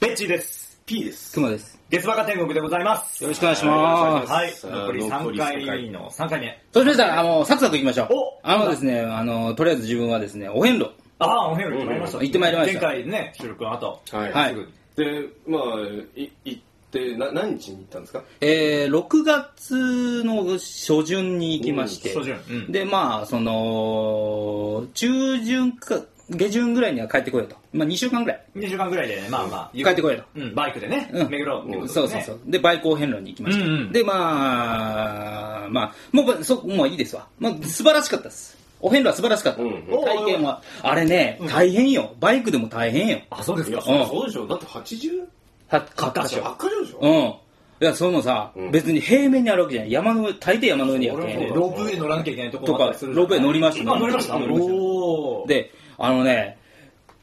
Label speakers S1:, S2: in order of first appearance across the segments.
S1: ベッチーです。
S2: P です。
S3: 熊です。
S1: 月馬鹿天国でございます。
S3: よろしくお願いします。
S1: はい。
S2: さあ
S1: 残り3回の、3回目。
S3: そうしましたら、あの、サクサクいきましょう。
S1: お
S3: あのですね、あの、とりあえず自分はですね、お遍路。
S1: ああ、お遍路行ってまいりました。
S3: うん行ってまいりました
S1: 前回ね、収録の後。
S2: はい。
S3: はい
S1: すぐに
S2: で、まあ、い行ってな、何日に行ったんですか
S3: えー、6月の初旬に行きまして、
S1: うん初旬うん
S3: で、まあ、その、中旬か、下旬ぐらいには帰ってこようと。まあ、2週間ぐらい。
S1: 2週間ぐらいでね、まあまあ。
S3: 帰ってこいと
S1: うん、バイクでね、
S3: うん
S1: 巡ろうっていうことで
S3: そうそうそう。で、バイクを遍路に行きました。
S1: うんうん
S3: で、まあ、まあ、もう、そ、もういいですわ。まあ、素晴らしかったです。お遍路は素晴らしかった。
S2: うんうん
S3: 体験は。あれね、大変よ。バイクでも大変よ。
S1: あ、そうです
S2: いや、
S1: か。
S2: そりゃそうでしょ。だって 80?
S3: は、買ったでしょ
S2: ばっかりでしょ。
S3: うん。いや、そのさ、
S2: うん
S3: 別に平面にあるわけじゃない。山の上、大抵山の上にあるわけ
S2: 俺
S3: ね
S2: も。
S1: ロープウェイ乗らなきゃいけないところもあったりするじゃん
S3: とかロープウェイ乗りました
S1: あ、乗りました。
S3: 乗りました
S1: おー。
S3: で、あのね、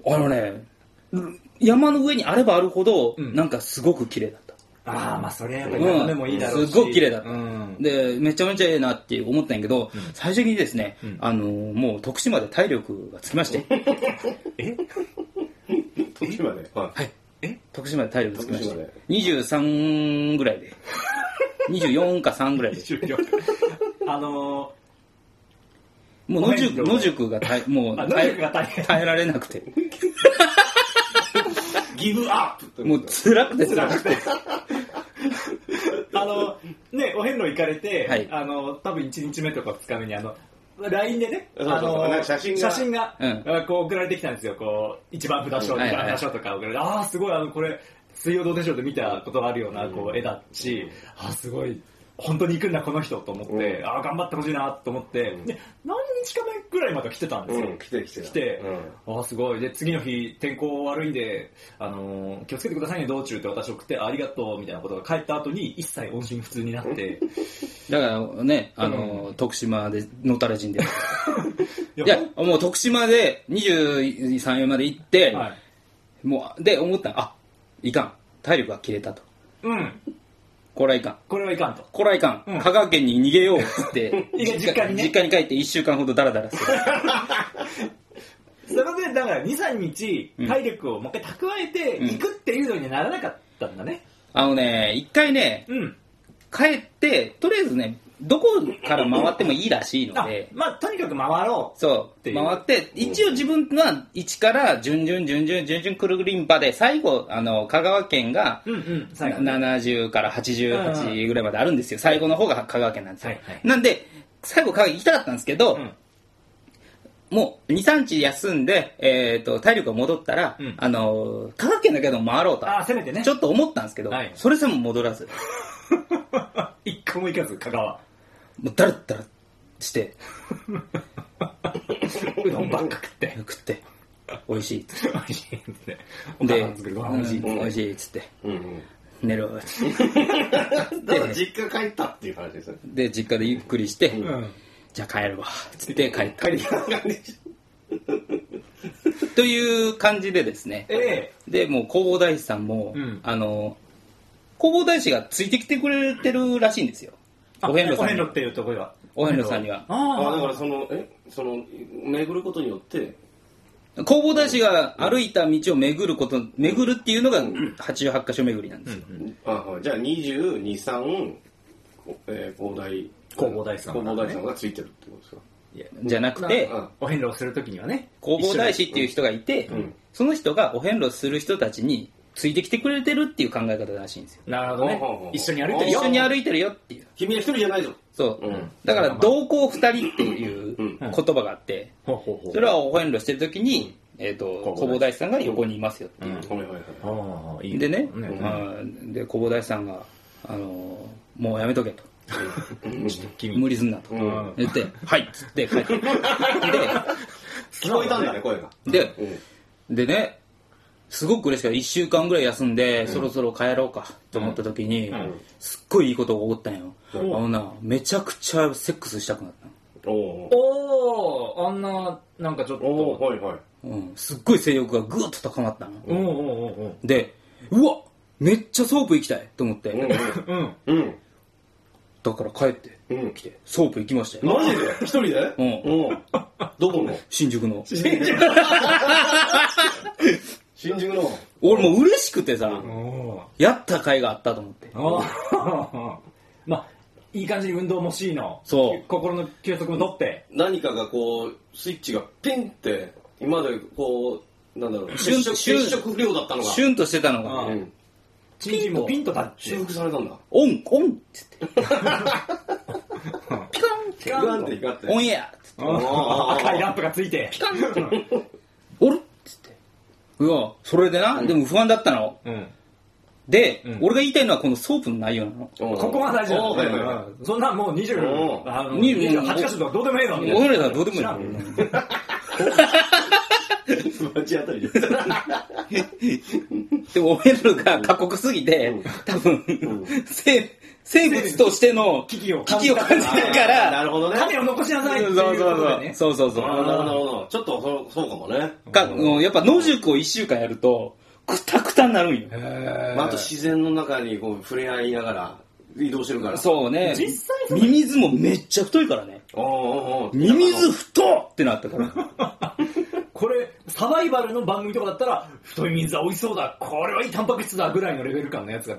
S3: あのね、山の上にあればあるほど、
S1: ん
S3: なんかすごく綺麗だった。
S1: ああ、まあそれはやっぱり
S3: うん
S1: 眺めもいいだろうし。
S3: すごく綺麗だった
S1: うん。
S3: で、めちゃめちゃええなって思ったんやけど、最終的にですね、あのーもう徳島で体力がつきまして、
S2: 徳島で。はい。
S3: 徳島で体力つきまし
S2: 徳
S3: て
S2: 島で、
S3: 23ぐらいで、24か3ぐらいで、
S1: 終了。あの
S3: もう野宿、
S1: ごめん
S3: 野宿が大もう
S1: ー、あ、
S3: 耐
S1: 能力
S3: え
S1: が大変。
S3: 耐えられなくて、
S1: ギブアップ
S3: もう辛くて辛くて。
S1: あの、ね、お遍路行かれて、
S3: はい
S1: あの、多分1日目とか2日目に、あの、LINE でね、
S2: そうそう
S1: あの
S2: なんか写真が
S3: うん
S1: あこう送られてきたんですよ、こう、一番札賞、
S3: うん
S1: 二番
S3: はいはい
S1: 札賞とか送られて、ああ、すごい、あの、これ、水曜どうでしょうで見たことがあるような、こう、絵だし、ああ、すごい、本当に行くんだ、この人と思って、
S2: うん
S1: ああ、頑張ってほしいなと思って、で、何日か前ぐらいまで来てたんですよ。
S2: うん、来て来て。
S1: 来て、ああすごいで次の日天候悪いんで、あのー気をつけてくださいね道中って私送ってありがとうみたいなことが帰った後に一切音信不通にな って
S3: だからね、あの、徳島で、野たれ人で。
S1: い
S3: いや、もう徳島で23、4まで行って、
S1: はい、
S3: もう、で、思ったあ、いかん。体力が切れたと。
S1: うん
S3: こらいかん。
S1: これはいかんと
S3: こらいかん。
S1: うん
S3: 香川県に逃げようっつって、
S1: いや実家にね
S3: 実家に帰って1週間ほどダラダラする。
S1: それでだから23日体力をもう一回蓄えて
S3: うん
S1: 行くっていうのにならなかったんだね
S3: あのね、一回ね、
S1: うん
S3: 帰って、とりあえずね、どこから回ってもいいらしいの
S1: あ
S3: で、
S1: まあとにかく回ろう
S3: そう、
S1: てい
S3: 回
S1: う
S3: って、一応自分は1から順々順々順々くるりんぱで、最後、あの、香川県が、
S1: うんうん最後ね
S3: 70から88ぐらいまであるんですよ、最後の方が香川県なんですよ、
S1: はいはい
S3: なんで最後香川行きたかったんですけど、
S1: うん
S3: もう23日休んで、えー、と体力が戻ったら、
S1: うん
S3: あのー香川県だけでも回ろうと
S1: ああせめてね
S3: ちょっと思ったんですけど、
S1: はい
S3: それさも戻らず
S1: 一個も行かず香 川
S3: もうだらだらして
S1: うどんばっか食って
S3: 食って美味しいっつっ
S1: 美味しいっつって
S3: て
S1: お母さん作るご飯美味しいっつっ
S3: うん
S1: て
S3: 美味しいっつって
S2: うんうん。
S3: 寝ろっつって
S2: だから実家帰ったっていう話ですよね。
S3: で実家でゆっくりして、
S1: うん
S3: じゃあ帰るわっつって帰った
S2: 帰りたかったし
S3: という感じでですね
S1: ええ
S3: でもう弘法大師さんも、
S1: うん
S3: あの弘法大師がついてきてくれてるらしいんですよ
S1: あ
S3: お遍路さんに
S1: お遍路っていうところは。
S3: お遍路さんには
S2: あ、だか
S1: あ
S2: らその、え、その、巡ることによって、
S3: 弘法大師が歩いた道を巡ること巡るっていうのが88箇所巡りなんですよ、
S2: あはいじゃあ22、3、こえー、広大。
S1: 弘法大師さんが
S2: 弘法大師さんがついてるってことですか。
S3: じゃなくて
S2: うん
S1: お遍路をするときにはね。
S3: 弘法大師っていう人がいて、
S2: ん
S3: その人がお遍路する人たちについてきてくれてるっていう考え方らしいんですよ
S1: なるほ
S2: どね一緒に歩いてる
S3: 一
S2: よ
S3: 緒に歩いてるよっていう
S2: 君は一人じゃないぞ。
S3: そう、
S2: うん
S3: だから同行二人っていう
S2: うん
S3: 言葉があって
S1: ほうほうほう。
S3: それはお遍路してる時に、えー、と
S1: 弘
S3: 弘
S1: 法
S3: 法
S1: 大
S3: 大師さんが横にいますよっていう
S2: うん、はいはいはい。
S1: ああ、いい
S3: でね、
S1: うん
S3: うんで小保大師さんが、あのーもうやめとけと、
S1: ちょっと君、
S3: 無理すんなと、
S2: うん
S3: 言って、はいっつって帰って、
S2: 聞こえたんだね、声が。
S3: で
S2: うん
S3: ででね、すごく嬉しかった、1週間ぐらい休んで、そろそろ帰ろうかと思った時に、
S1: ん
S3: すっごいいいことが起こったんよ、
S2: うん
S3: あのな、めちゃくちゃセックスしたくなった
S2: おお
S1: おおあんな、なんかちょっと。
S2: おお
S1: お
S2: はいはい。
S3: の、うん、すっごい性欲がぐーっと高まったの、
S1: おお
S3: で、うわめっちゃソープ行きたいと思って、だ
S1: おうん。
S2: うん。
S3: から帰って
S2: うん。
S3: きて、ソープ行きましたよ、
S2: マジで一人で
S3: うん
S2: うん。どこの
S3: 新宿の。
S2: 新宿の。
S3: 俺もう嬉しくてさ、
S1: お
S3: やった甲斐があったと思って。
S1: おーまあいい感じに運動もしいの
S3: そう
S1: 心の休息もとって
S2: 何かがこう、スイッチがピンって、今までこう、なんだろう、
S3: シュン
S2: 接触接触不良だったのが、
S3: シュンとしてたの
S1: あ
S3: が、
S1: ー
S2: うん
S1: チンチンもピンと立
S2: 修
S1: って
S2: 復されたんだ。
S3: オン、オンっつって、
S1: ピ
S2: ピカンって光って。
S3: オンエアっつって、
S1: あー赤いランプがついて
S3: ピカンって、おるっつって。いや、それでな、でも不安だったの。
S1: うん
S3: で、
S1: うん
S3: 俺が言いたいのはこのソープの内容なの。
S2: こ
S1: ここが大事
S2: はいはい
S1: な
S2: は
S1: のそんなもう
S2: お
S1: 20
S2: ー
S1: あの
S3: に
S1: 28箇所とかどうでもええの
S3: 俺らはどうでもいい
S1: 知ら
S3: の
S1: ん。
S2: い。罰当たりで。
S3: でも俺らが過酷すぎて、
S2: うん
S3: 多分、生生物としての
S1: 危機を
S3: 危機を感じてるから、
S2: なるほどね。
S1: 種を残しなさいってい
S3: そうう
S1: こ
S3: そう
S1: とで
S3: そう
S1: ね
S3: そうそう
S2: な
S3: そ
S2: るほど、なるほど。ちょっとそ、そうかもね。
S3: うかうんやっぱ野宿を1週間やるとくたくたになるんよ
S1: へ
S2: まあ、あと自然の中にこう触れ合いながら移動してるから。う。
S3: そうね
S1: 実際そ
S3: ミミズもめっちゃ太いからね
S2: おうおうおう
S3: ミミズ太っってなったから
S1: ーこれサバイバルの番組とかだったら太い水は美味しそうだこれはいいタンパク質だぐらいのレベル感のやつが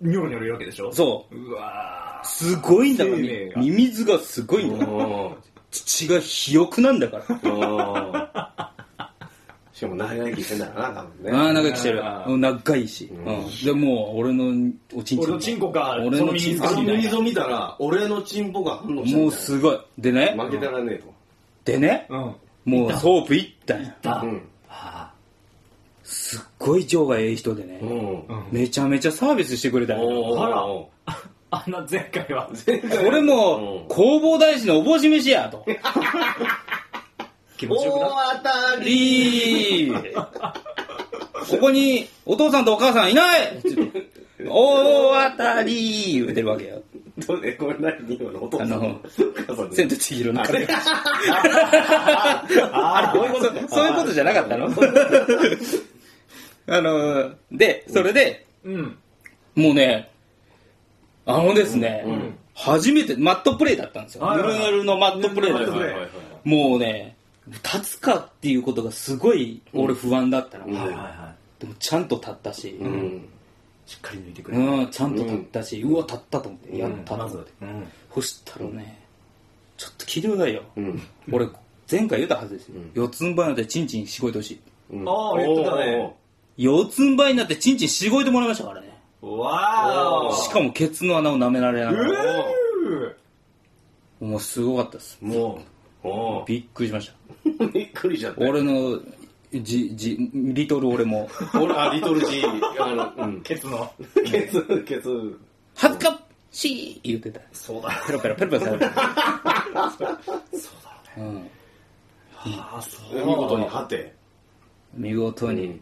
S1: ニョロニョロいるわけでしょ
S3: そう
S1: うわー
S3: すごいんだから
S1: 生命が
S3: ミミズがすごいんだよ
S2: おう
S3: 父が肥沃なんだから
S2: おうしかも長生きしてんだろうな、多分ね。
S3: ああ長生きしてる
S1: あー
S3: うん長いし、うん、でもう俺のおちんちん
S1: 俺のチンコか
S3: 俺のチンコ
S2: あ
S1: そ
S2: の
S1: の
S2: ミ
S1: ミ
S2: ミ
S1: ミ
S2: ズを見たら、俺のチンポが反応して
S3: もうすごいでね
S2: 負けたらねえと。
S3: でね
S1: うん
S3: もうソープいったんや
S1: だ
S2: うん。
S3: すっごい情がええ人でね、
S2: うん。
S3: めちゃめちゃサービスしてくれたんよ
S2: おう
S1: あら
S2: おう
S1: あんな前回は
S3: 俺
S2: うん
S3: も弘法大師のおぼし飯やと
S1: 気持ちよくなっ
S2: 大当たり
S3: いいここにお父さんとお母さんいない大当たり言うてるわけよ
S2: どうね、これ何今のお父さん
S3: あ の
S2: お母さん
S3: 「千
S2: で
S3: と千尋の神隠し」
S2: あ
S3: そういうことそういうことじゃなかったのあのでそれで
S1: うん
S3: もうねあのですね、
S2: ん
S3: 初めてマットプレイだったんですよ
S1: はい
S3: ぬ
S1: はい
S3: るぬるのマットプレイだった
S1: ぬるぬるのマットプレイ
S3: もうね、立つかっていうことがすごい俺不安だったの。
S2: うん
S1: はいはいは
S3: でもちゃんと立ったし、
S2: う
S3: うん、
S2: ん。
S1: いしっかり抜いてくれ
S3: ちゃんと立ったし、うわ、立ったと思って、やったと思
S1: ま
S3: って。
S1: ずうん
S3: そしたらね、ちょっと聞いてくださいよ。
S2: うん。
S3: 俺、前回言ったはずですよ。
S2: ん
S3: 四つん這いになってチンチンしごいてほしい。
S2: うん
S1: ああ言ってたね。
S3: 四つん這いになってチンチンしごいてもらいましたからね。
S1: わ
S2: お
S1: ー
S2: ー
S3: しかもケツの穴を舐められな
S1: う
S3: がら、
S1: ー
S3: もうすごかったです。
S2: おうもう。お
S3: びっくりしました。
S2: うびっくりしちゃった。
S3: 俺の、じ、じ、リトル俺も、
S2: 俺、あ、リトルジー、あの、うん。
S1: ケツの
S2: ケツ、ケツ。
S3: 恥ずかしい言ってた。
S1: そうだ
S3: ペロペロペロペロされてる。うん
S1: ああそう
S2: 見事に果て。
S3: 見事に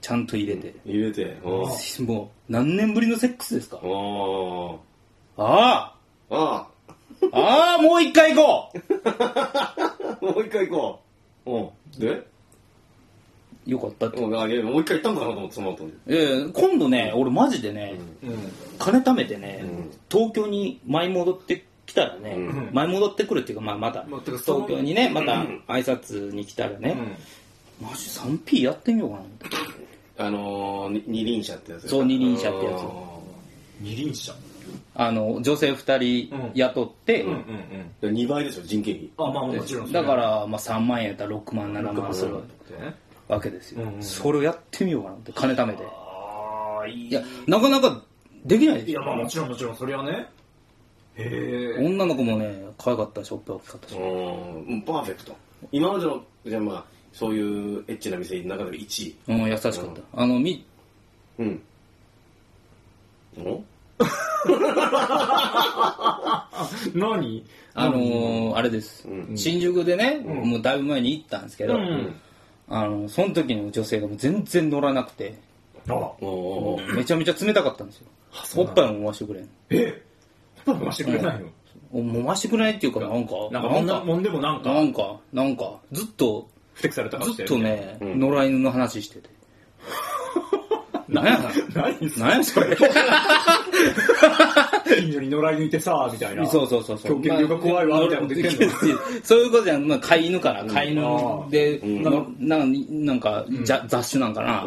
S3: ちゃんと入れて、
S2: 入れて。おう
S3: もう何年ぶりのセックスですか、
S2: おう
S3: あ
S2: あ
S3: あああもう一回行こう
S2: あ。 もう一回行こう。おうで
S3: よかったって、
S2: もうあいやもう一回行ったんかなと思って、その後に。
S3: えー今度ね俺マジでね、
S1: うん
S3: 金貯めてね、
S2: うん
S3: 東京に舞い戻ってきたらね、
S2: うん
S3: 舞い戻ってくるっていうか、まあ、また
S1: まあてか
S3: 東
S1: その
S3: 京にねまた挨拶に来たらね、マジ 3P やってみようかな
S2: あのー、に二輪車ってやつ。
S3: そう二輪車ってやつ
S1: 二輪車
S3: あの女性2人雇って、
S1: うんうんうん
S2: つ。2倍ですよ、人件費。
S1: あまあもちろん
S3: だから、まあ、3万円やったら6万7万するわけですよ、
S1: うんうん
S3: それをやってみようかなって金貯めて
S1: ああいい
S3: いやなかなかできないで
S1: い
S3: す
S1: や
S3: よ
S1: まあもちろんもちろんそれはねへえ
S3: 女の子もね可愛かったしおっぱい大きかったし
S2: うん、パーフェクト。今までの、じゃあまあ、そういうエッチな店の中での1位。
S3: うん優しかったあのみ
S2: うん。お
S1: 何
S3: あのーあれです、新宿でね、もうだいぶ前に行ったんですけど、
S1: うん
S3: あのその時の女性がもう全然乗らなくて
S1: あ
S2: おー
S3: めちゃめちゃ冷たかったんですよおっぱいも揉ましてくれん
S1: えパパしてくれないの
S3: お揉ましてくれないっていうかなんか
S1: なんかもんな
S3: なんか
S1: もんでもなん
S3: な
S1: か
S3: んかなんかずっと
S1: 不適されたか
S3: ずっとね、野良犬の話してて。何や
S1: 何
S3: 何やそれ。
S1: 近所に野良犬いてさ、みたいな。
S3: そうそうそうそう
S1: 狂犬病が怖いわ、みたいなこと言ってんの。
S3: そういうことじゃん、まあ、飼い犬から飼い犬
S1: ああ
S3: で、
S2: ん
S3: ななんなんか、じゃ雑種なんかな、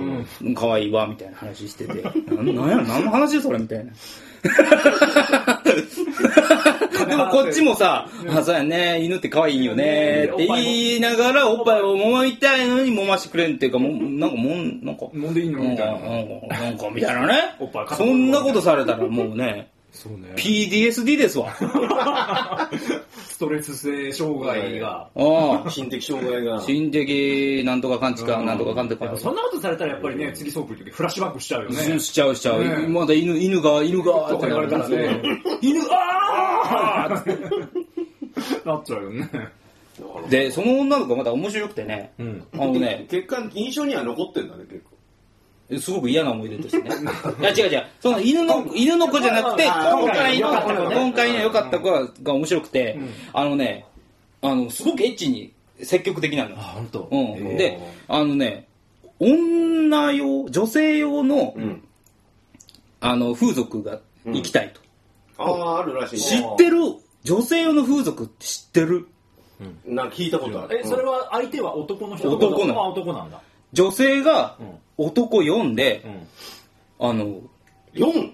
S3: 可愛いわみたいな話しててなんなんや何の話それみた いなでもこっちもさ「あそうやね犬って可愛いよね」って言いながらおっぱいを揉みたいのに揉ましてくれんっていうかもうなんかもんなんか
S1: 揉んでいいのみたいな
S3: うんなんかみたいなね
S1: おっぱいか
S3: そんなことされたらもうね
S1: そうね
S3: PDSD ですわ
S1: ストレス性障害が。
S3: うん
S2: 心的障 害が。
S3: 心的なんとかかんちか、なんとかかんと
S1: やっ
S3: か
S1: ぱ。そんなことされたらやっぱりね、次ソープ行く時フラッシュバックしちゃうよね。
S3: しちゃうしちゃう。
S1: ね
S3: まだ犬、犬が、犬が、
S1: とか言われたらね。犬、あーってなっちゃうよね。
S3: で、その女の子がまた面白くてね、
S1: うん。
S3: あのね、
S2: 結果、印象には残ってんだね、結構。
S3: すごく嫌な思い出 としてね。いや、違う違う。その犬の、犬の子じゃなくて、
S2: あー
S3: 今回の、
S2: 今回の良かった子ね
S3: 今回の良かった子がが面白くて
S1: うん、
S3: あのね、あの、すごくエッチに積極的なの。
S1: ほんと
S3: うん。
S2: へ
S3: で、あのね、女用、女性用の、
S2: ん。
S3: あの、風俗が行きたいと。
S2: ああ、あるらしい。
S3: 知ってる女性用の風俗って知ってる
S2: なんか聞いたことある。
S1: え、それは相手は男の人
S3: 男なの
S1: あ、男なんだ。
S3: 女性が
S1: ん
S3: 男呼んで
S1: う、ん。
S3: あの、
S2: 4?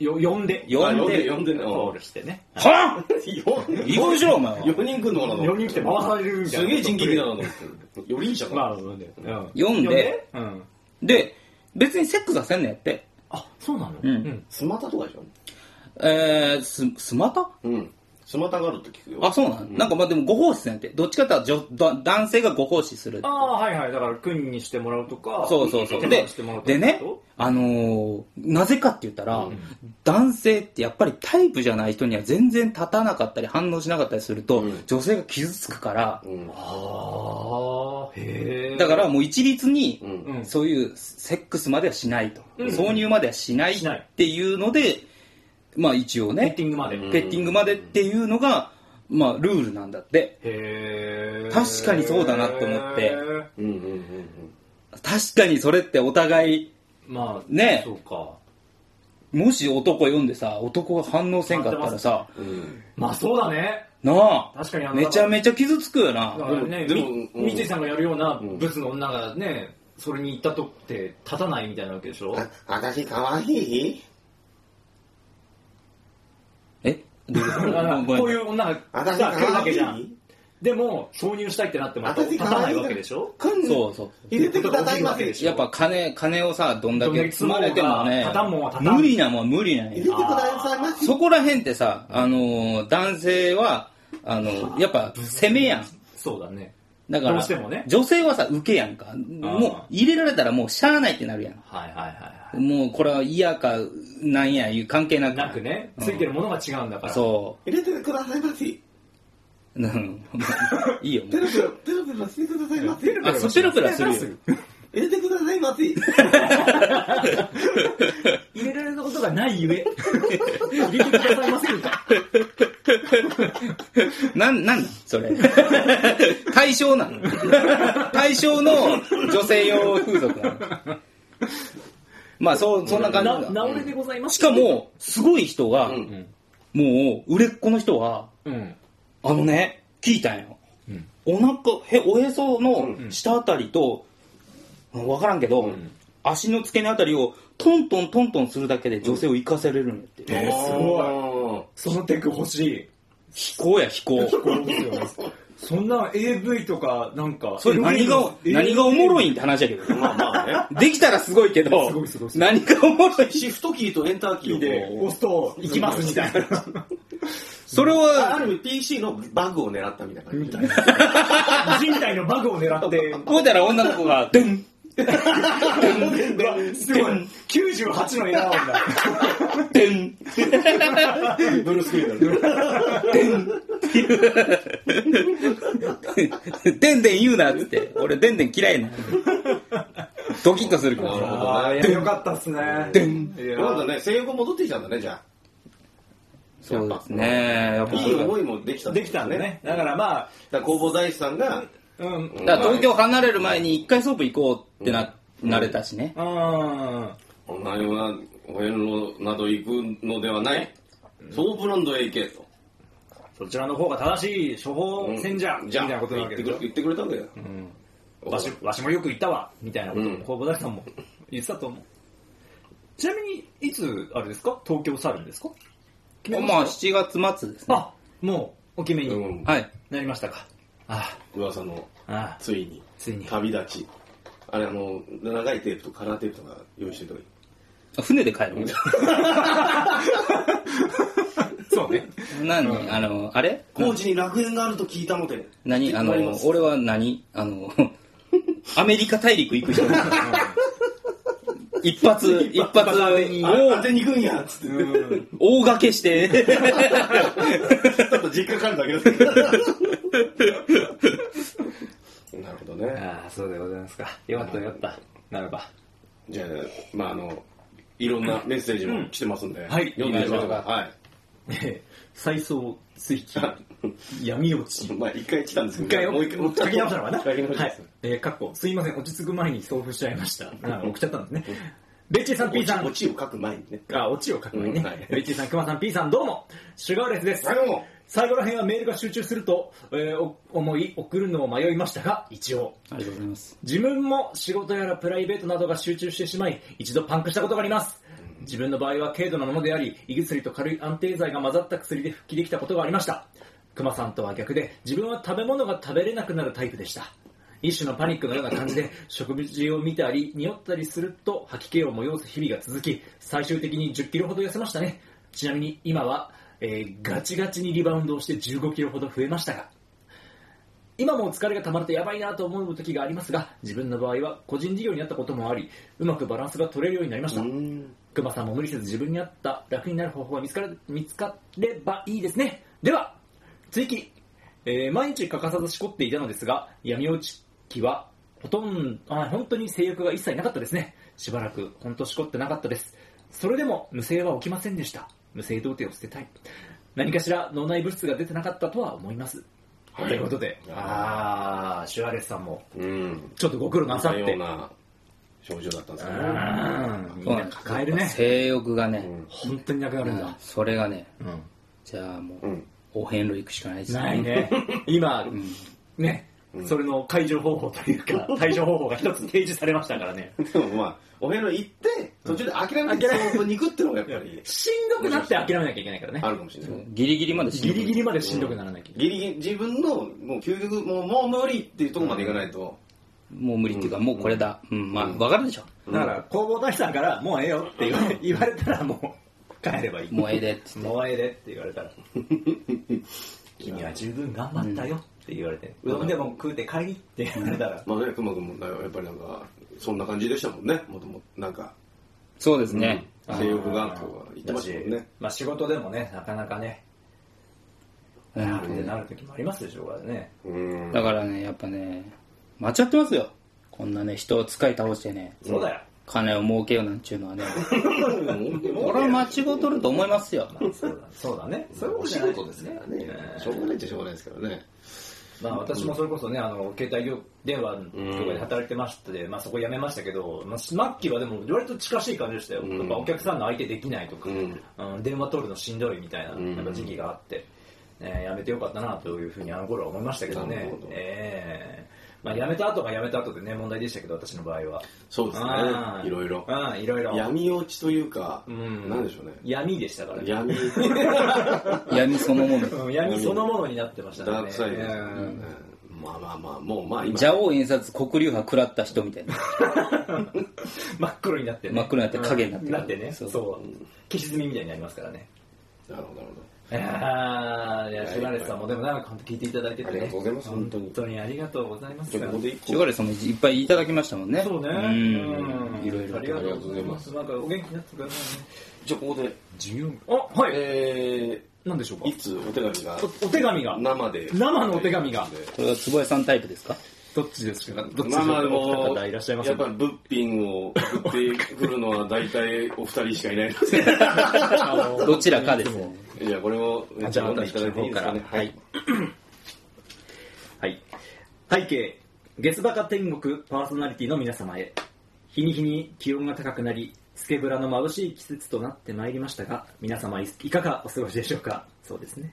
S1: よ、呼んで。
S3: 呼んで、
S2: 呼んでんの
S1: コールしてね。
S3: はぁ
S2: 4
S3: 移動しろ、お前は。
S2: 4人来んのかなと
S1: 4
S2: 思って
S1: 人来て回されるみたい
S2: す
S1: な。
S2: げえ人気的だなと思って4人じゃん。
S1: まあ、呼んで。うん
S3: 呼んで、
S1: うん。
S3: で、別にセックスはせんねやって。
S1: あ、そうなの
S3: うん
S1: うん。
S2: スマタとかでしょ
S3: えー、す、すまた
S2: うん。スマタがあるって聞くよ。
S3: あ、そうなんなんかまあでもご奉仕せんやって。どっちかっていうと女だ男性がご奉仕する。
S1: ああ、はいはい。だから、君にしてもらうとか、
S3: そうそうそう。
S1: 手
S3: で
S1: 回してもらう、とか
S3: でね
S1: ってこ、
S3: あのーなぜかって言ったら、男性ってやっぱりタイプじゃない人には全然立たなかったり反応しなかったりすると、
S2: うん
S3: 女性が傷つくから、
S2: うん。
S1: とああ、へえ。
S3: だから、もう一律に、
S2: うん
S1: うん。
S3: そういうセックスまではしないと、
S1: うん
S3: 挿入まではしないっ
S1: しない
S3: ていうので、まあ一応
S1: ペッ
S3: ね
S1: テ、ィングまで。
S2: う
S1: へ
S2: ん
S3: ペッティングまでっていうのが、まあルールなんだって。
S1: え。
S3: 確かにそうだなと思って
S2: うんうんうん
S3: 確かにそれってお互い、
S1: まあ、
S3: ね
S1: そうか。
S3: もし男読んでさ、男が反応せんかったらさ、
S2: うんうん。
S1: まあ、そうだね。
S3: なあ、
S1: 確かにあの
S3: めちゃめちゃ傷つくよな。
S1: だからね、
S2: でもでも
S1: み
S2: うん
S1: 三井さんがやるような
S2: うん
S1: ブスの女がね、それに行ったとって立たないみたいなわけでしょ
S2: あ、私かわいい
S3: えどういうこ
S1: だ
S3: と
S1: から
S3: ごめん
S1: こういう女が
S2: 私
S1: じゃあ
S2: か
S1: 来るだ
S2: わ
S1: け
S2: い
S1: じゃん。
S2: い
S1: でも、挿入したいってなってもやっぱ
S2: 私
S1: 立
S2: か
S1: たな
S2: わい
S1: い
S2: い
S1: わけでしょ
S2: くん
S3: そうそう。
S2: 入れてくださいませ。
S3: やっぱ金、金をさ、どんだ
S1: どんだ
S3: け
S1: け
S3: 積
S1: 積
S3: ま
S1: ま
S3: れ
S1: れ
S3: て
S1: て
S3: も
S1: も
S3: ね
S1: ね、
S3: 無理なもん無理なん
S2: 入れ
S3: や
S2: て。くださいませ。
S3: そこら辺ってさ、あのー男性は、あのーやっぱ攻めやん。
S1: そうだね。
S3: だから、
S1: どうしてもね
S3: 女性はさ、受けやんか。もう、入れられたらもうしゃあないってなるやん。
S1: はいはいはい
S3: もう、これは嫌か、なんや、いう関係な
S1: はい。
S3: く。
S1: なくね、ついてるものが違うんだから。
S3: そ
S2: 入れてくださいませ。
S3: う。うん いいよ、も
S2: ペ
S3: う
S2: ロペロ、ペロペロしてくださいませ。入
S3: あ、そうペラペラするよ。
S2: れてくださいませ。
S1: 入れられたことがないゆえ、入れてくださいませんか。
S3: なん、なんなんそれ。 対 象なの対象の女性用風俗なのまあ、そう、そんな 感
S1: な
S3: じだ。
S1: 直れでございます。
S3: しか、も、すごい人が、
S2: うん
S1: うん。
S3: もう、売れっ子の人は、
S1: うん。
S3: あのね、聞いたんよ。
S1: うん
S3: お腹、へ、おへその下あたりと、うんわからんけど、
S1: ん
S3: 足の付け根あたりをトントントントンするだけで女性を生かせれるんやって。
S1: えーすごそのテク欲しい。
S3: 飛行や飛行。
S1: これですよねそんな AV とか、なんか。
S3: それ何が、何がおもろいんって話やけど。
S2: まあまあ ね。
S3: できたらすごいけど、
S1: すごいすごいすごい
S3: 何がおもろいし、
S2: シフトキーとエンターキーを
S1: で、
S2: こう
S1: 押すと、行きますみたいな。
S3: それ
S2: ああ
S3: は、
S2: る意味 PC のバグを狙ったみたいな感じ。
S1: 人体のバグを狙 って、
S3: こうたら女の子が、ドゥン、
S1: うわすごい。98のエラー音だ。
S3: ドゥン、
S2: ブルース・クリーンだね
S3: でんでん言う なっつって、俺でんでん嫌いな。ドキッとするから。
S2: なるほど
S1: ああ、いやよかったっすね。いや
S2: なんだね、声優も戻ってきたんだね、じゃ
S3: そうですね。やっ
S2: あ。
S3: ぱそ
S2: いい
S3: れが
S2: 思いもできた
S1: できたんだ。ね。だからまあ、
S2: だから、工房大師さんが、
S1: うん。
S3: だから東京離れる前に一回ソープ行こうってな、なれたしね。
S1: うん。
S2: お前はお遍路など行くのではない。総ブランドへ行けと。
S1: そちらの方が正しい処方箋じゃ、
S2: うん
S1: み
S2: じ
S1: た
S2: ゃ
S1: いなことなわ
S2: 言
S1: け
S2: って
S1: で
S2: く
S1: し
S2: れ
S1: ょ
S2: 言ってくれたわけだよ。
S1: わしわしもよく言ったわみたいなこと
S2: うん
S1: を小田さんも言ってたと思うちなみにいつあれですか東京去るんですか決め
S3: まあ、
S1: まし
S3: 7月末です
S1: た
S3: ね。
S1: あもうお決め
S2: う
S1: に
S2: ん。
S3: はい。
S1: なりましたか、あ
S2: 噂の、
S1: あああ
S2: ついに、
S1: ついに
S2: 旅立ち。あれ、あの、長いテープとカラーテープとか用意しておいた
S3: 船で帰る
S1: そうね
S3: 何、あの、あれ
S2: 方がいい。高知に楽園があると聞いたので。
S3: 何あの
S2: 行ってまいりま、す
S3: 俺は何あの、アメリカ大陸行く 人。一発、一発、
S2: あ当てに行くんやっつって。
S3: 大掛けして、
S2: ちょっと実家帰るだけだけど。なるほどね。
S1: ああそうでございますかよかったよかったならば
S2: じゃあ、まああの、いろんなメッセージも来てますんで、
S1: はい
S2: 読んでみましょうか。
S1: お
S2: はい。
S1: 再送追記闇落ち
S2: まあ一回来たんです
S1: 一
S2: け
S1: 回
S2: ど、
S1: もう一回書き直したのかな
S2: 書き直
S1: は
S2: しま
S1: い
S2: す。
S1: えー、かっこすいません落ち着く前に送付しちゃいましたあ送っちゃったんですねベッチーさん P さん
S2: オチオチを書く前にね。
S1: あ、オチを書く前に
S2: うんは
S1: ね
S2: い。
S1: ベッチーさん、クマさん、P さん、どうも。シュガーレスです
S2: はい、。どうも。
S1: 最後ら辺はメールが集中すると、えーお思い、送るのを迷いましたが、一応。
S3: ありがとうございます。
S1: 自分も仕事やらプライベートなどが集中してしまい、一度パンクしたことがあります。自分の場合は軽度なものであり、胃薬と軽い安定剤が混ざった薬で復帰できたことがありました。熊さんとは逆で、自分は食べ物が食べれなくなるタイプでした。一種のパニックのような感じで、食事を見たり、匂ったりすると吐き気を催す日々が続き、最終的に10キロほど痩せましたね。ちなみに今は、えーガチガチにリバウンドをして15キロほど増えましたが、今も疲れが溜まるとやばいなと思う時がありますが自分の場合は個人事業になったこともありうまくバランスが取れるようになりましたクマさんも無理せず自分に合った楽になる方法が見つかれ見つかればいいですねでは追記、えー毎日欠かさずしこっていたのですが闇落ち期はほとんどあ本当に性欲が一切なかったですねしばらく本当しこってなかったですそれでも無性は起きませんでした無性童貞を捨てたい何かしら脳内物質が出てなかったとは思います
S2: はい
S1: ということで、ああ、シュアレスさんも、
S2: うん。
S1: ちょっとご苦労なさっ
S2: 似たよう
S1: て。
S2: な症状だったんです
S1: う
S2: けど
S1: ん、
S2: ね。
S1: みんな抱えるね。
S3: 性欲がね、
S1: 本当になくなるん
S3: うん
S1: だ。
S3: それがね、
S1: うん
S3: じゃあもう、
S2: うん。
S3: お遍路行くしかないですね。
S1: ない ね。今、ね、それの解除方法というか、対処方法が一つ提示されましたからね。
S2: でもまあ、お部屋に行って、途中で諦めて、そこに行くってのがやっぱり、
S1: しんどくなって諦めなきゃいけないからね
S2: あ。るかもしれない。
S3: ギリギリまでし
S1: ギ
S3: んどくな
S1: リ
S3: い
S1: ギリまでしんどくならなきゃいけない。
S2: ギリギリ、自分の、もう究極、もう、もう無理っていうところまでいかないと、
S3: もう無理っていうか、もうこれだ。うん、まあ、わかるでしょ。
S1: だから、工房大使さんから、もうええよって言われ言われたら、もう、帰ればいい。
S3: もうええでっつって。
S1: もうええでって言われたら君は十分頑張ったよって言われて、うどんでも食うて帰りって言われたら
S2: まあね、くまくんも、やっぱりなんか、そんな感じでしたもんね、もともと、なんか、
S3: そうですね。
S2: 性欲がとか言ってましたもん
S1: だし
S2: ね。
S1: まあ仕事でもねなかなかね
S3: うん
S1: なってなる時もありますでしょうからね
S2: うん。
S3: だからね、やっぱね、間違ってますよ。こんなね、人を使い倒してね、
S1: そうだよ
S3: 金を儲けようなんちゅうの はね、
S2: もう
S3: 俺は間違うとると思いますよ。
S1: そうだそうだねそういうこ
S2: お
S1: とじ
S2: 仕
S1: ゃない
S2: 事ですからね。しょうがないっちゃしょうがないですからね。
S1: まあ私もそれこそねあの携帯業電話とかで働いてましたで、まあ、そこ辞めましたけど、まあ、末期はでも割と近しい感じでしたよ、やっぱお客さんの相手できないとか、
S2: うん
S1: うん電話取るのしんどいみたいな
S2: うん
S1: やっぱ時期があって、えー辞めてよかったなというふうにあの頃は思いましたけど
S2: なる
S1: ね
S2: ほど
S1: えーまあ、辞めた後が辞めた後でね問題でしたけど私の場合は
S2: そうですね
S1: あー
S2: いろいろ
S1: うんいろいろ
S2: 闇落ちというか、
S1: ん
S2: なんでしょうね。
S1: 闇でしたからね
S2: 闇、
S3: 闇そのもの。
S1: うん闇そのものになってましたね
S2: ダークサイドですね
S1: うん
S2: うんまあまあまあ、もうまあ今、
S3: 蛇王印刷黒竜派食らった人み たいな。
S1: 真っ黒になって、
S3: 真っ黒になって影になって
S1: うんなってねそ
S3: そうう
S1: 消し炭みたいになりますからね
S2: なるほど、なるほ
S1: ああいやシュラレスさんもでもなんか本当聞いていただいてて、ね、
S2: ありがとうございます
S1: 本
S2: 本
S1: 当
S2: 当
S1: に
S2: に
S1: ありがとうございま
S2: ど。
S1: す
S2: じゃあここで一個
S3: シュガレさんもいっぱいいただきましたもんね。
S1: そうね
S3: うん
S1: う。ん
S3: いろい
S1: あ
S3: ろ
S1: り
S3: と。
S1: がとうございますなんかお元気になってくださいね
S2: じゃあここで、
S1: 授業あはい、
S2: え
S1: 何でしょうか
S2: ー、いつお手紙が、
S1: おお手紙が
S2: 生で。
S1: 生のお手紙が
S3: これは坪井さんタイプですか
S1: どっちですかどっちです
S2: まあ
S1: か
S2: まあで
S1: お二
S2: も、
S1: 方いらっしゃいます
S2: やっぱり物品を送ってくるのは大体お二人しかいないの
S3: どちらかです。
S2: で、じゃあこれを、
S1: じゃあ
S2: 読んでいただいていいですかね。
S1: 私の方からはい。はい。背景、ゲスバカ天国パーソナリティの皆様へ。日に日に気温が高くなり、スケブラの眩しい季節となってまいりましたが、皆様いいかがお過ごしでしょうかそうですね。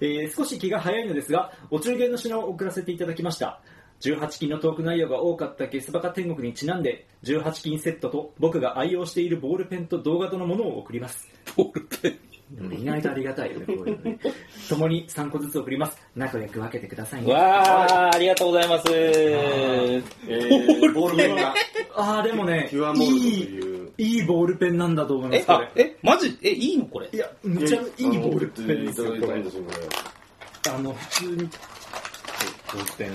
S1: えー少し気が早いのですが、お中元の品を送らせていただきました。18金のトーク内容が多かったゲスバカ天国にちなんで、18金セットと僕が愛用しているボールペンと動画とのものを送ります。
S3: ボールペン。
S1: でも意外とありがたいよね、こういうのね。共に3個ずつ送ります。仲良く分けてくださいね。
S3: わー、ありがとうございます。
S2: えー、ボールペンが、
S1: ああでもね
S2: キュアモールドという
S1: いいいいボールペンなんだと思いま
S3: え
S1: す、こ
S3: あ
S1: れ、
S3: え、マジえ、いいのこれ
S1: い。やめちゃいいボールペンですよ
S2: いた
S1: こ
S2: だいたんで
S1: れ
S2: すよ、これ。
S1: あの普通にボールペン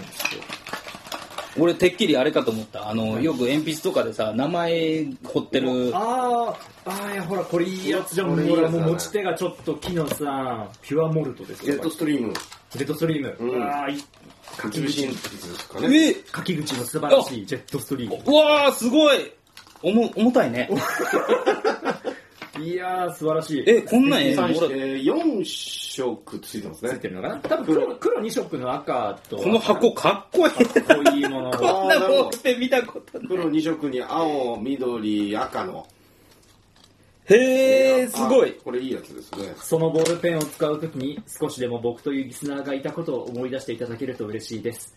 S3: 俺、てっきりあれかと思った。あの、よく鉛筆とかでさ、名前彫ってる。
S1: あーあーいやほらこれいいやつじゃん
S2: これいい
S1: ほ
S2: やつ
S1: ら
S2: だ
S1: も
S2: ね
S1: う持ち手がちょっと木のさピュアモルトです
S2: ジェ
S1: よ
S2: ットストリーム、
S1: ジェットストリーム、
S2: うん
S1: ああいい
S2: 書き口鉛筆ですかね。
S3: え
S1: 書き口の素晴らしいジェットストリー
S3: うわー、すごいおも重たいね。
S1: ムいやー素晴らしい
S3: え、こんなんええ
S2: 3
S3: の
S2: 色、
S3: 俺
S2: えー、4色ついてます
S1: つい
S2: ね。
S1: てるのかな多分黒黒2色の赤と
S3: この箱かっこいい。
S1: かっこいいもの
S2: こ
S1: が
S3: こんなボールペン見たことない。
S2: 黒2色に青、緑、赤の。
S3: へー、すごい
S2: あ。これいいやつですね。
S1: そのボールペンを使うときに少しでも僕というリスナーがいたことを思い出していただけると嬉しいです。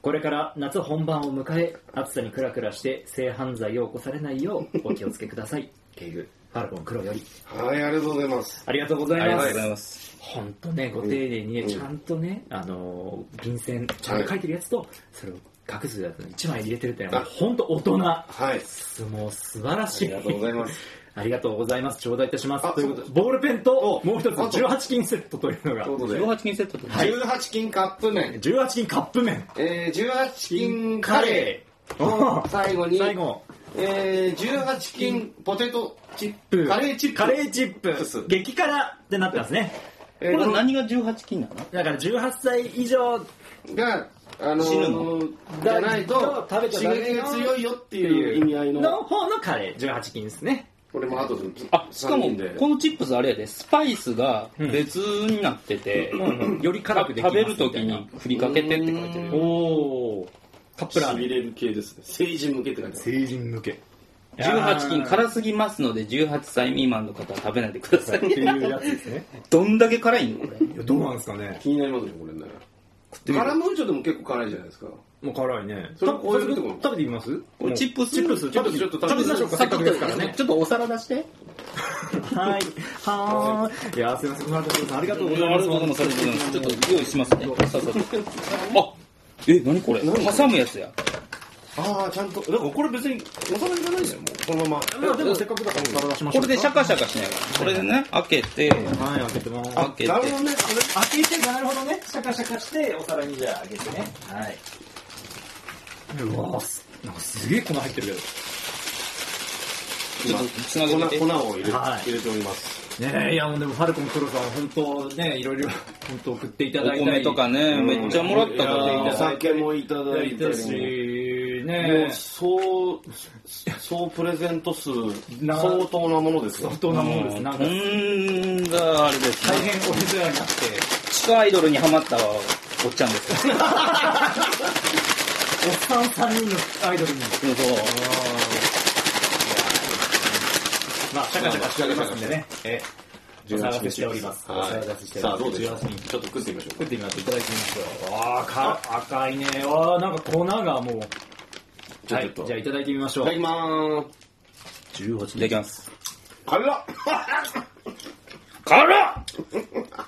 S1: これから夏本番を迎え、暑さにクラクラして性犯罪を起こされないようお気をつけください。ケイグ、ファルコン黒より。
S2: はい、ありがとうございます。
S1: ありがとうござ
S3: あ
S1: い
S3: りが
S1: ま
S3: とう
S1: す
S3: ご。ざいます。
S1: 本当ね、ご丁寧にね、ちゃんとね、あのー、便箋、ちゃんと書いてるやつと、それを隠すやつの1枚入れてるってのは、
S2: あ
S1: 本当大人。
S2: はい。
S1: もう素晴ら
S2: あ
S1: し
S2: り
S1: い。
S2: がとうございます。
S1: ありがとうございます。頂戴いたします。
S2: あ
S1: ということ
S2: そ
S1: で、ボールペンと、
S2: お
S1: もう一つ、
S2: あと
S1: 18金セットというのが
S2: という、ことで、
S3: 18金セットって。
S2: 18金カップ麺、
S1: 18金カップ麺、
S2: えー、18金カレ
S1: お
S2: ー、最後 に、
S1: 最後、
S2: えー、18金ポテトチッ
S1: プ
S2: プ、カレーチップ。
S1: カレーチップ
S2: そうそう、
S1: 激辛ってなってますね。
S2: え
S3: こ
S2: ー
S3: れ何が18金なの
S1: だから18歳以上っ
S2: が、あの
S3: 死ぬの
S2: ー、じゃないと、
S1: 食べちゃダメよ
S2: 刺激が強いよっ
S1: て
S2: ていう意味合い
S1: の
S2: の、
S1: 方のカレー、18金ですね。
S2: これもあとずっと
S3: あ、しかも
S2: 三人で、
S3: このチップスあれやで、スパイスが別になってて、
S1: より辛くできま
S3: 食
S1: すみ
S3: べ
S1: たい
S3: る
S1: な
S3: ときに振りかけてって書いてるよ。
S1: おー、カップラーメ
S2: 痺
S1: ン。
S2: れる系ですね。成人向けって書いてます。
S1: 成人向け。
S3: 18金
S1: っ
S3: 辛すぎますので、18歳未満の方は食べないでくださ
S1: て
S3: い。
S1: いうやつですね。
S3: どんだけ辛いのこれ。
S1: いやどうなんですかね。
S2: 気になりますね、これね。
S3: てみる
S2: カラムーチョでも結構辛いじゃないですか。
S1: もう辛いね。
S2: それを超えるってこと
S1: 食べてみます
S3: これチップス
S1: チップス、チップス、
S2: ち
S1: ち
S2: ょ
S1: ょ
S2: っ
S1: っ
S2: と
S1: と
S2: 食べ
S1: 食べましょうか、せっかくですからね。
S3: ちょっとお皿出して。
S1: はい。はーい。いやー、すみません。マルコさん、ありがとうございます。
S3: ちょっと用意しますね。さあさあ。あ、え、何これ挟むやつや。
S2: ああ、ちゃんと。だからこれ別に、お皿いらないじゃん、もう。このまま。
S1: まあ、でもせっかくだから、お皿出しまし
S3: こ
S1: ょう。
S3: れでシャカシャカしないから。これでね、開けて、
S1: はい、開けてます。
S3: 開けて
S2: な。るほどね、これ。
S1: 開けて、なるほどね。シャカシャカして、お皿にじゃあ、あげてね。はい。うわーなんかすげえ粉入ってる
S3: ちょっとつな
S2: 粉
S3: げて。
S2: 粉を入れ,、
S1: はい
S2: 入れております。
S1: けど。ねえ、いや、でも、ファルコン黒さん、本当ね、いろいろ、本当送っていた
S3: お
S1: だいたり。
S3: 米とかね、めっちゃもらったか
S1: いや
S2: お
S1: ー
S3: ら。
S2: 酒もいただい
S1: い
S2: た
S1: た
S2: り
S1: し、ね
S2: もうそう、そうプレゼント数、
S1: な
S2: 相当なものですよ
S1: 相。当なもんです。なん
S3: う
S1: か、
S3: んがあれです
S1: 大
S3: ね。
S1: 変お世話になって。
S3: 地下アイドルにハマったおっちゃんですよ。
S1: おっさん三人のアイドルに。
S3: そうそう。
S1: まあ、シャカシャカしておりますんでね。ええ、お騒がせしております。お騒が
S2: は
S1: せし
S2: い。
S1: ております。
S2: さあ、どうでしょう
S1: 18人
S2: ちょっと食ってみましょう
S1: 作ってみます。いただきますよ。あーか、赤いね。わー、なんか粉がもう。
S2: か。
S1: は
S2: ちょ
S1: い
S2: っ、と。
S1: じゃあ
S2: い
S1: いただいてみましょう
S2: ただ。きまーす。
S1: 18
S3: いただきます。
S2: 辛っ
S3: 辛っ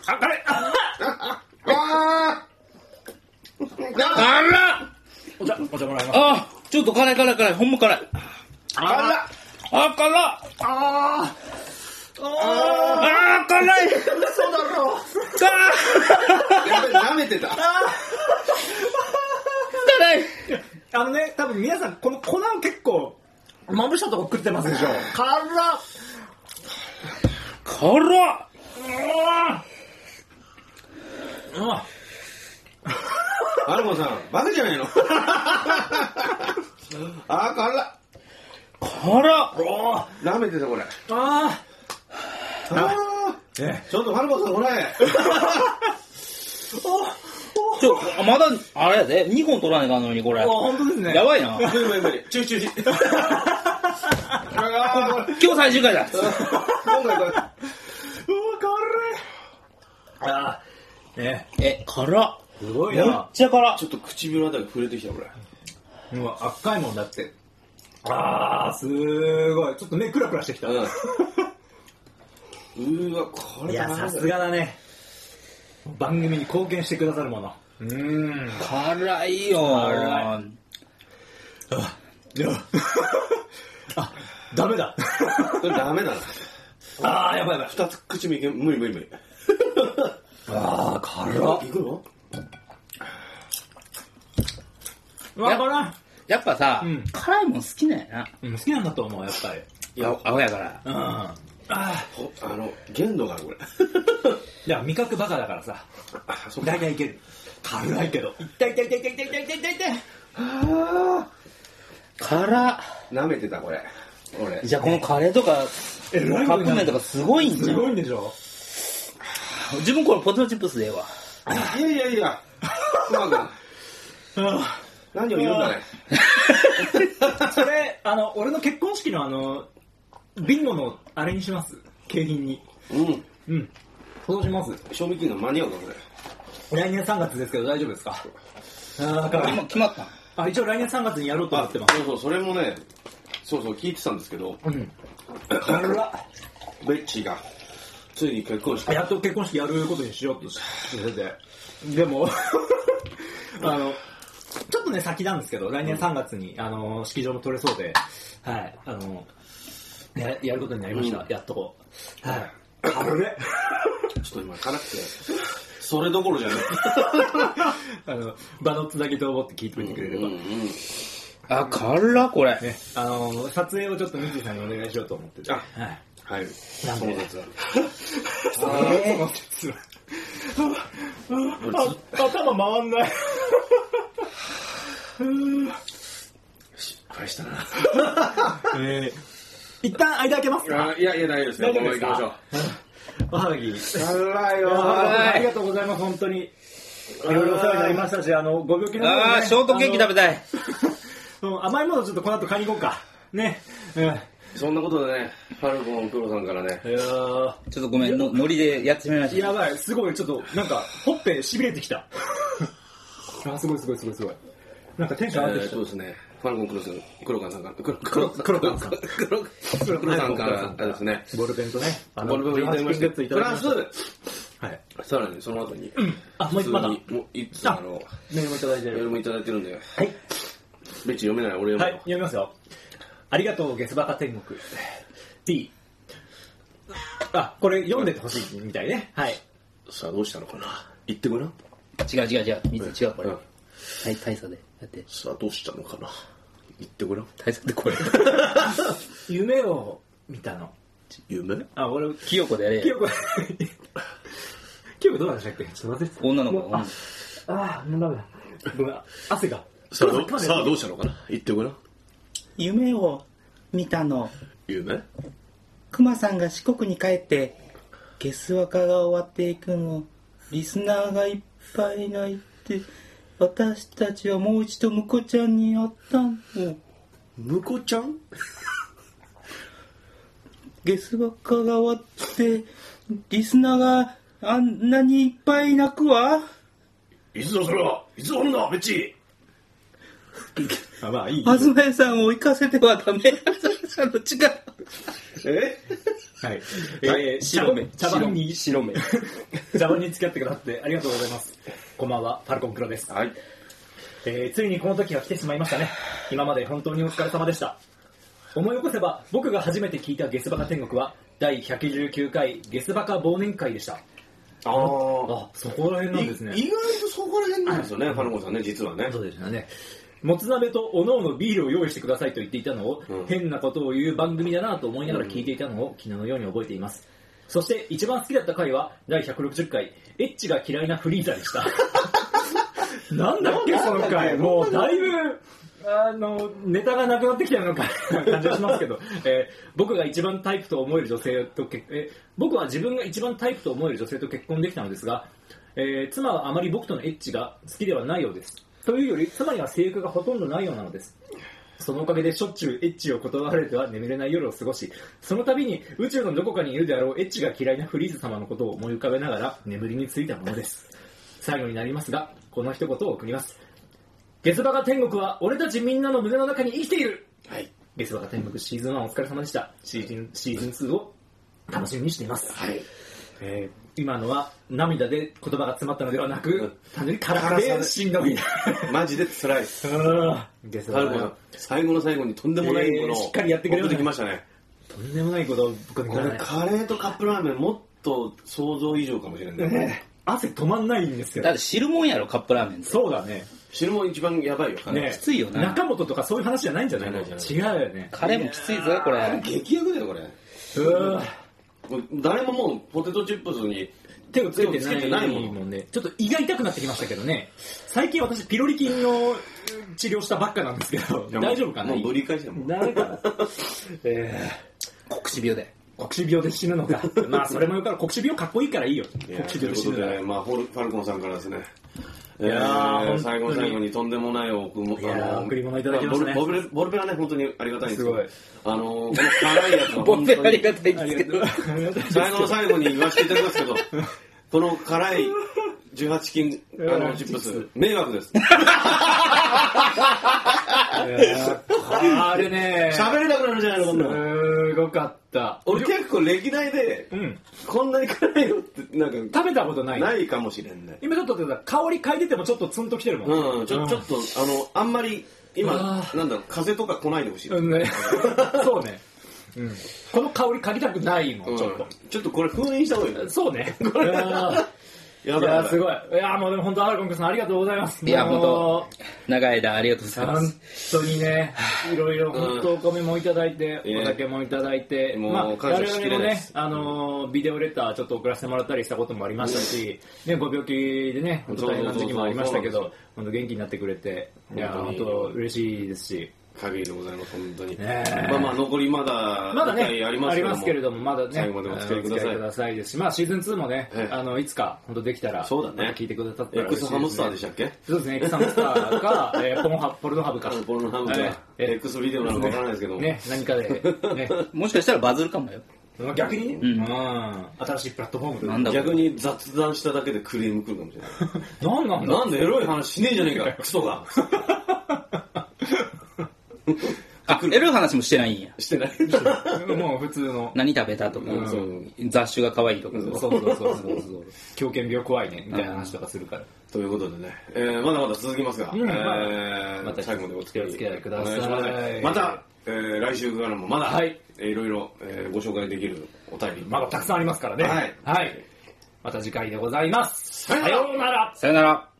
S1: あ、辛いあ
S2: あーあ
S3: 辛っ
S1: お茶、お茶もらいます。
S3: あちょっと辛い辛い辛い。ほんま辛い。
S2: 辛っ
S3: あ、辛っ
S1: あ
S3: あー、辛い
S2: 嘘だろやべ、舐めてた。
S3: 辛い
S1: ーあのね、多分皆さん、この粉を結構、まぶしたとこ食ってますでしょ。辛っ
S3: 辛っ
S1: うわ
S2: アルゴンさん、バカじゃないの あー、辛っ
S3: 辛っ
S1: おー
S2: 舐めてた、これ。
S1: あ
S2: あー
S1: ーね
S2: ちょっとファルコさん、これ。
S1: おおおー
S3: ちょ、まだ、あれやで、2本取らないかんのに、これ。
S1: あ本当ですね
S3: やばいな。
S2: 無理無理無理。中止中止。
S1: あ
S3: 今日最終回だ。
S2: 今回こ
S1: ーうわ
S2: れ。
S1: 辛いあーね
S3: え、辛っ。
S1: すごい
S3: めっ
S1: な
S3: ちゃ辛っ
S2: ちょ。っと唇あたり触れてきた、これ。
S1: うわ赤いもんだってあーすごいちょっと目クラクラしてきたい
S2: うん。うーわ、これ
S1: やさす。がだね番組に貢献してくださるものうーん
S3: 辛いよ
S1: 辛いやあダメ だ
S2: これダメだな。
S1: あーやばいやばい
S2: 二つ口目いけ、無理無理無理。
S1: あー辛っ
S2: いくの
S1: わからん
S3: やっぱさ、
S1: うん
S3: 辛いもん好きなんやな。
S1: うん好きなんだと思うやっぱり
S2: いや、
S3: 青やから。
S1: うんああ
S2: ほあの、限度がある、これ。
S1: いや味覚バカだからさ
S2: あ、そっか。
S1: 大体いける辛いけど痛い痛い痛い痛い痛い痛い痛い痛い痛い
S2: あ
S3: 辛っ。
S2: ー舐めてた、これ。俺。
S3: じゃあこのカレーとか、
S1: えらい
S3: カ
S1: こと
S3: ッ
S1: に
S3: プ
S1: な
S3: 麺
S1: る
S3: とかすごいんじ
S1: す
S3: ゃ
S1: ごい
S3: ん。
S1: んでしょ
S3: 自分これポテトチップスでええわ。
S2: いやいやいや。熊君、
S1: あ
S2: 何を言うんだね。
S1: あ それあの俺の結婚式のあのビンゴのあれにします景品に
S2: うん。
S1: うんそうします
S2: 賞味期限が間に合うか、これ。
S1: 来年3月ですけど大丈夫ですかああだか
S3: 今
S1: ら
S3: 決まったん
S1: あ一応来年3月にやろうと思ってます
S2: そうそう、それもね、そうそう、聞いてたんですけど、
S1: うん辛
S2: ベッチーが、ついに結婚式
S1: っやっと結婚式やることにしようとしててでも あのちょっとね先なんですけど来年3月に、あの式場も取れそうではいあのややることになりました、
S2: うん
S1: やっとこうはい あれ
S2: ちょっと今辛くて、それどころじゃない。
S1: あの、場のつなぎと思って聞いておいてくれれば。
S2: ん。
S3: あ、辛っ、これ。
S1: ね、あの、撮影をちょっと三井さんにお願いしようと思ってて。
S2: あ
S1: はい。
S2: は
S1: な
S2: い。
S1: んで
S2: そうです。
S1: そ
S3: え
S1: の説は。あ頭回んない。
S2: 返したな。
S1: えー、一旦間開けますか
S2: いやいや、大丈夫ですね。
S1: 大丈夫ですか
S2: このまま行きましょう。
S1: おはぎ。
S2: 辛い
S1: あ
S2: よ
S1: ありがとうございます、本当に。いろいろお世話になりましたし、あの、ご病気の方もね
S3: あー、ショートケーキ食べたい。
S1: あのうん甘いものちょっとこの後買いに行こうか。ね。うん。いや
S2: そんなことでね、ファルコン黒さんからね、
S1: ー
S3: ちょっとごめん、のノリでやってしまいました。
S1: やばい、すごい、ちょっと、なんか、ほっぺしびれてきた。 あ、すごいすごいすごいすごい。なんかテンション上がってき
S2: そうですね、ファルコン黒さん、黒川さんから、黒
S1: 黒黒川さん
S2: 黒黒黒さんからですね、
S1: た。ボールペンとね、あの、
S2: ボルベをいただきま
S1: 18
S2: して、
S1: 分ずつい
S2: プ
S1: ただき
S2: ラ
S1: ま
S2: ス
S1: した。、はい。
S2: さらにその後に、
S1: あ、もう一まだ。
S2: 普通にもういつあの、
S1: メールもいただいて
S2: メール
S1: る。
S2: もいただいてるんで、
S1: はい。
S2: ベッチ読めない、俺読
S1: はい、
S2: むよ。
S1: 読みますよ。ありがとう、ゲスバカ天国。T。あ、これ読んでてほしいみたいね。はい。
S2: さあ、どうしたのかな言ってごらん。
S3: 違う違う違う。水違う、これ。
S2: うん
S3: はい、大差で。だって、
S2: さあ、どうしたのかな言ってごらん。
S3: 大差でこれ。
S1: 夢を見たの。
S2: 夢
S1: あ、俺、
S3: 清子でやれ
S1: 清
S3: よ。
S1: 子、清子どうなんでしたっけちょっと待って。
S3: 女の子。うん
S1: ああ、もうダメだ。ごめん、汗が。
S2: さあど、さあどうしたのかな言ってごらん。
S3: 夢を見たの。
S2: 夢
S3: クマさんが四国に帰ってゲス若が終わっていくのリスナーがいっぱい泣いて私たちはもう一度ムコちゃんに会ったの
S2: むこちゃん
S3: ゲス若が終わってリスナーがあんなにいっぱい泣くわ
S2: いつだそれはいつんだベッチ
S1: あ、まあいい。
S3: 東江さんを追いかせてはダメ あの違う
S2: え
S1: はい。えー、白目。茶番に、
S3: 白 目
S1: 茶番に付き合ってくださってありがとうございます。こんばんは、パルコンクロです。
S2: はい。
S1: えー、ついにこの時が来てしまいましたね。今まで本当にお疲れ様でした。思い起こせば、僕が初めて聞いたゲスバカ天国は、第119回ゲスバカ忘年会でした。
S2: ああ。
S1: あ、そこら辺なんですね。
S2: 意外とそこら辺なんですよね、ファルコンさんね、実はね。
S1: そうでしたね。もつ鍋とおのおのビールを用意してくださいと言っていたのを、
S2: うん
S1: 変なことを言う番組だなと思いながら聞いていたのを、昨日のように覚えています。そして一番好きだった回は第160回、エッチが嫌いなフリーザでした。 なんだっけその回、もうだいぶ、あの、ネタがなくなってきたような感感じがしますけど、 えー僕が一番タイプと思える女性と結、えー僕は自分が一番タイプと思える女性と結婚できたのですが、えー妻はあまり僕とのエッチが好きではないようです。というより、妻には性欲がほとんどないようなのです。そのおかげでしょっちゅうエッチを断られては眠れない夜を過ごし、その度に宇宙のどこかにいるであろうエッチが嫌いなフリーズ様のことを思い浮かべながら眠りについたものです。最後になりますが、この一言を送ります。ゲスバカ天国は俺たちみんなの胸の中に生きている
S2: はい。
S1: ゲスバカ天国シーズン1お疲れ様でした。シーズンシーズン2を楽しみにしています。
S2: はい。
S1: えー今のは涙で言葉が詰まったのではなく、単純に辛く
S2: 辛さ
S1: て
S2: で
S1: しんどい。
S2: マジで辛いです。
S1: うんゲス
S2: ハ
S1: バ
S2: ルコ
S1: カ
S2: さん、最後の最後にとんでもないものを、
S1: えーしっかりやってくれまし
S2: 持
S1: たね
S2: てきましたね。
S1: とんでもないことをぶっかけ
S2: こ
S1: た
S2: れ、
S1: ね
S2: カレーとカップラーメン、もっと想像以上かもしれない。
S1: 汗止まんないんですよ
S3: だ。って汁もんやろカップラーメンって
S1: そうだね。
S2: 汁も一番やばいよ、かなり
S1: ね
S3: きついよな
S1: 中本とかそういう話じゃないんじゃないの
S2: じゃないじ
S1: 違うよね。
S3: カレーもきついぞこれ
S2: 激薬だよ、これ。
S1: うん
S2: もう誰ももうポテトチップスに、
S1: 手をつけて
S2: 手をつけて
S1: な
S2: ない
S1: い
S2: もの
S1: もんね。ちょっと胃が痛くなってきましたけどね。最近私ピロリ菌のうん治療したばっかなんですけど、大丈夫かな
S2: もうぶり返してもう。
S1: 誰か。えー
S3: 国士病で
S1: 国死病で死ぬのか。まあ、それもよから、国死病かっこいいからいいよ。国死
S2: と
S1: 病で
S2: いうこ
S1: 死
S2: と
S1: ぬな
S2: で、
S1: ら。
S2: まあ、フォルファルコンさんからですね。い
S1: やー本当に
S2: 最後の最後にとんでもないお贈り
S1: いやー贈り物いただきましたね
S2: ボルボルボルペラね、本当にありがたいんですけど
S1: すごい
S2: あのー、この辛いやつは
S3: ボン
S2: 本
S3: ペあ
S2: 当
S3: り
S2: に、
S3: がたいですけど
S2: 最後の最後に言わせていただきますけ ど、この辛い18金、あの、チップス、迷惑です。
S1: あれね、
S2: 喋れなくなるじゃないの、こんなの。
S1: すごかった。
S2: 俺結構歴代で
S1: う、ん。
S2: こんなに辛いよって、なんか、
S1: 食べたことない。
S2: ないかもしれんね。
S1: 今ちょっとさ香り嗅いでてもちょっとツンときてるもん。
S2: うん、ちょ、ちょっと、あの、あんまり、今
S1: あ、
S2: なんだろう、風邪とか来ないでほしい。
S1: うんねそうね。うん。この香り嗅ぎたくないもん、
S2: ち
S1: ち
S2: ょ
S1: ょ
S2: っ
S1: っ
S2: と
S1: と。、
S2: ちょっとこれ封印した方がいいね。
S1: そうね。いや
S2: や
S1: ーいやーすごい。いやーもうでも本当、アルコン君さんありがとうございます。
S3: いや
S1: もう
S3: 本当長い間ありがとうございま
S1: 本
S3: す
S1: 当にね、いろいろ本当お米もいただいて、
S2: うん
S1: お酒もいただいて、
S2: もう
S1: まあ、
S2: 感謝
S1: 我
S2: しき
S1: 々も
S2: れないで
S1: ね
S2: す、
S1: あのービデオレターちょっと送らせてもらったりしたこともありましたし、ね、ご病気でね、本当大変な時期もありましたけ
S2: そうそ
S1: ど、本当元気になってくれて、いやー、
S2: 本
S1: 本
S2: 当に
S1: 当嬉しいですし、
S2: 限りでございます、本当に。
S1: ねえ
S2: まあまあ、残りまだ、
S1: まだ
S2: 二回
S1: ね、
S2: あ
S1: あ
S2: り
S1: り
S2: ま
S1: ます
S2: けども。
S1: すけれども、まだね、
S2: 最後までお付き合いくだ
S1: あのお付
S2: さ
S1: き合
S2: い
S1: く。ださいですし、まあ、シーズン2もね
S2: え、え
S1: あの、いつか、本当できたら、
S2: そうだね
S1: また聞いてくださった
S2: エ
S1: ら
S2: ック
S1: 嬉しい
S2: ス
S1: ですね
S2: ハムスターでしたっけ
S1: そうですね、エクサムスター か、えーポンハポルノハブか。
S2: ポルノハムと
S1: え
S2: か、
S1: えええ
S2: X ビデオなのかわからないですけども。
S1: ね、何かで、 ね、
S3: もしかしたらバズるかもよ
S1: 逆にね、
S3: ん
S1: うん新しいプラットフォームで
S3: なんだこれ
S2: 逆に雑談しただけでクレーム来るかもしれない。
S1: なん なんだ
S2: なんでエロい話しねえじゃねえか、クソ が。
S3: あエロい話もしてないんや
S2: して ない。
S1: もう普通の。
S3: 何食べたとか、
S2: うんそう
S3: 雑種が可愛いとか、
S1: そうそうそうそうそう。狂犬病怖いね、みたいな話とかするから。
S2: ということでね、えーまだまだ続きますが、
S1: うんまあ
S2: えー
S1: また
S2: 最後までお付き合い
S1: お付き合いください
S2: お願しますまた、えー来週からもまだ、
S1: はい
S2: えーいろいろ、えーご紹介できるお便り。
S1: まだたくさんありますからね。
S2: はい
S1: はい。また次回でございます。
S2: さようなら
S1: うなら
S3: さよなら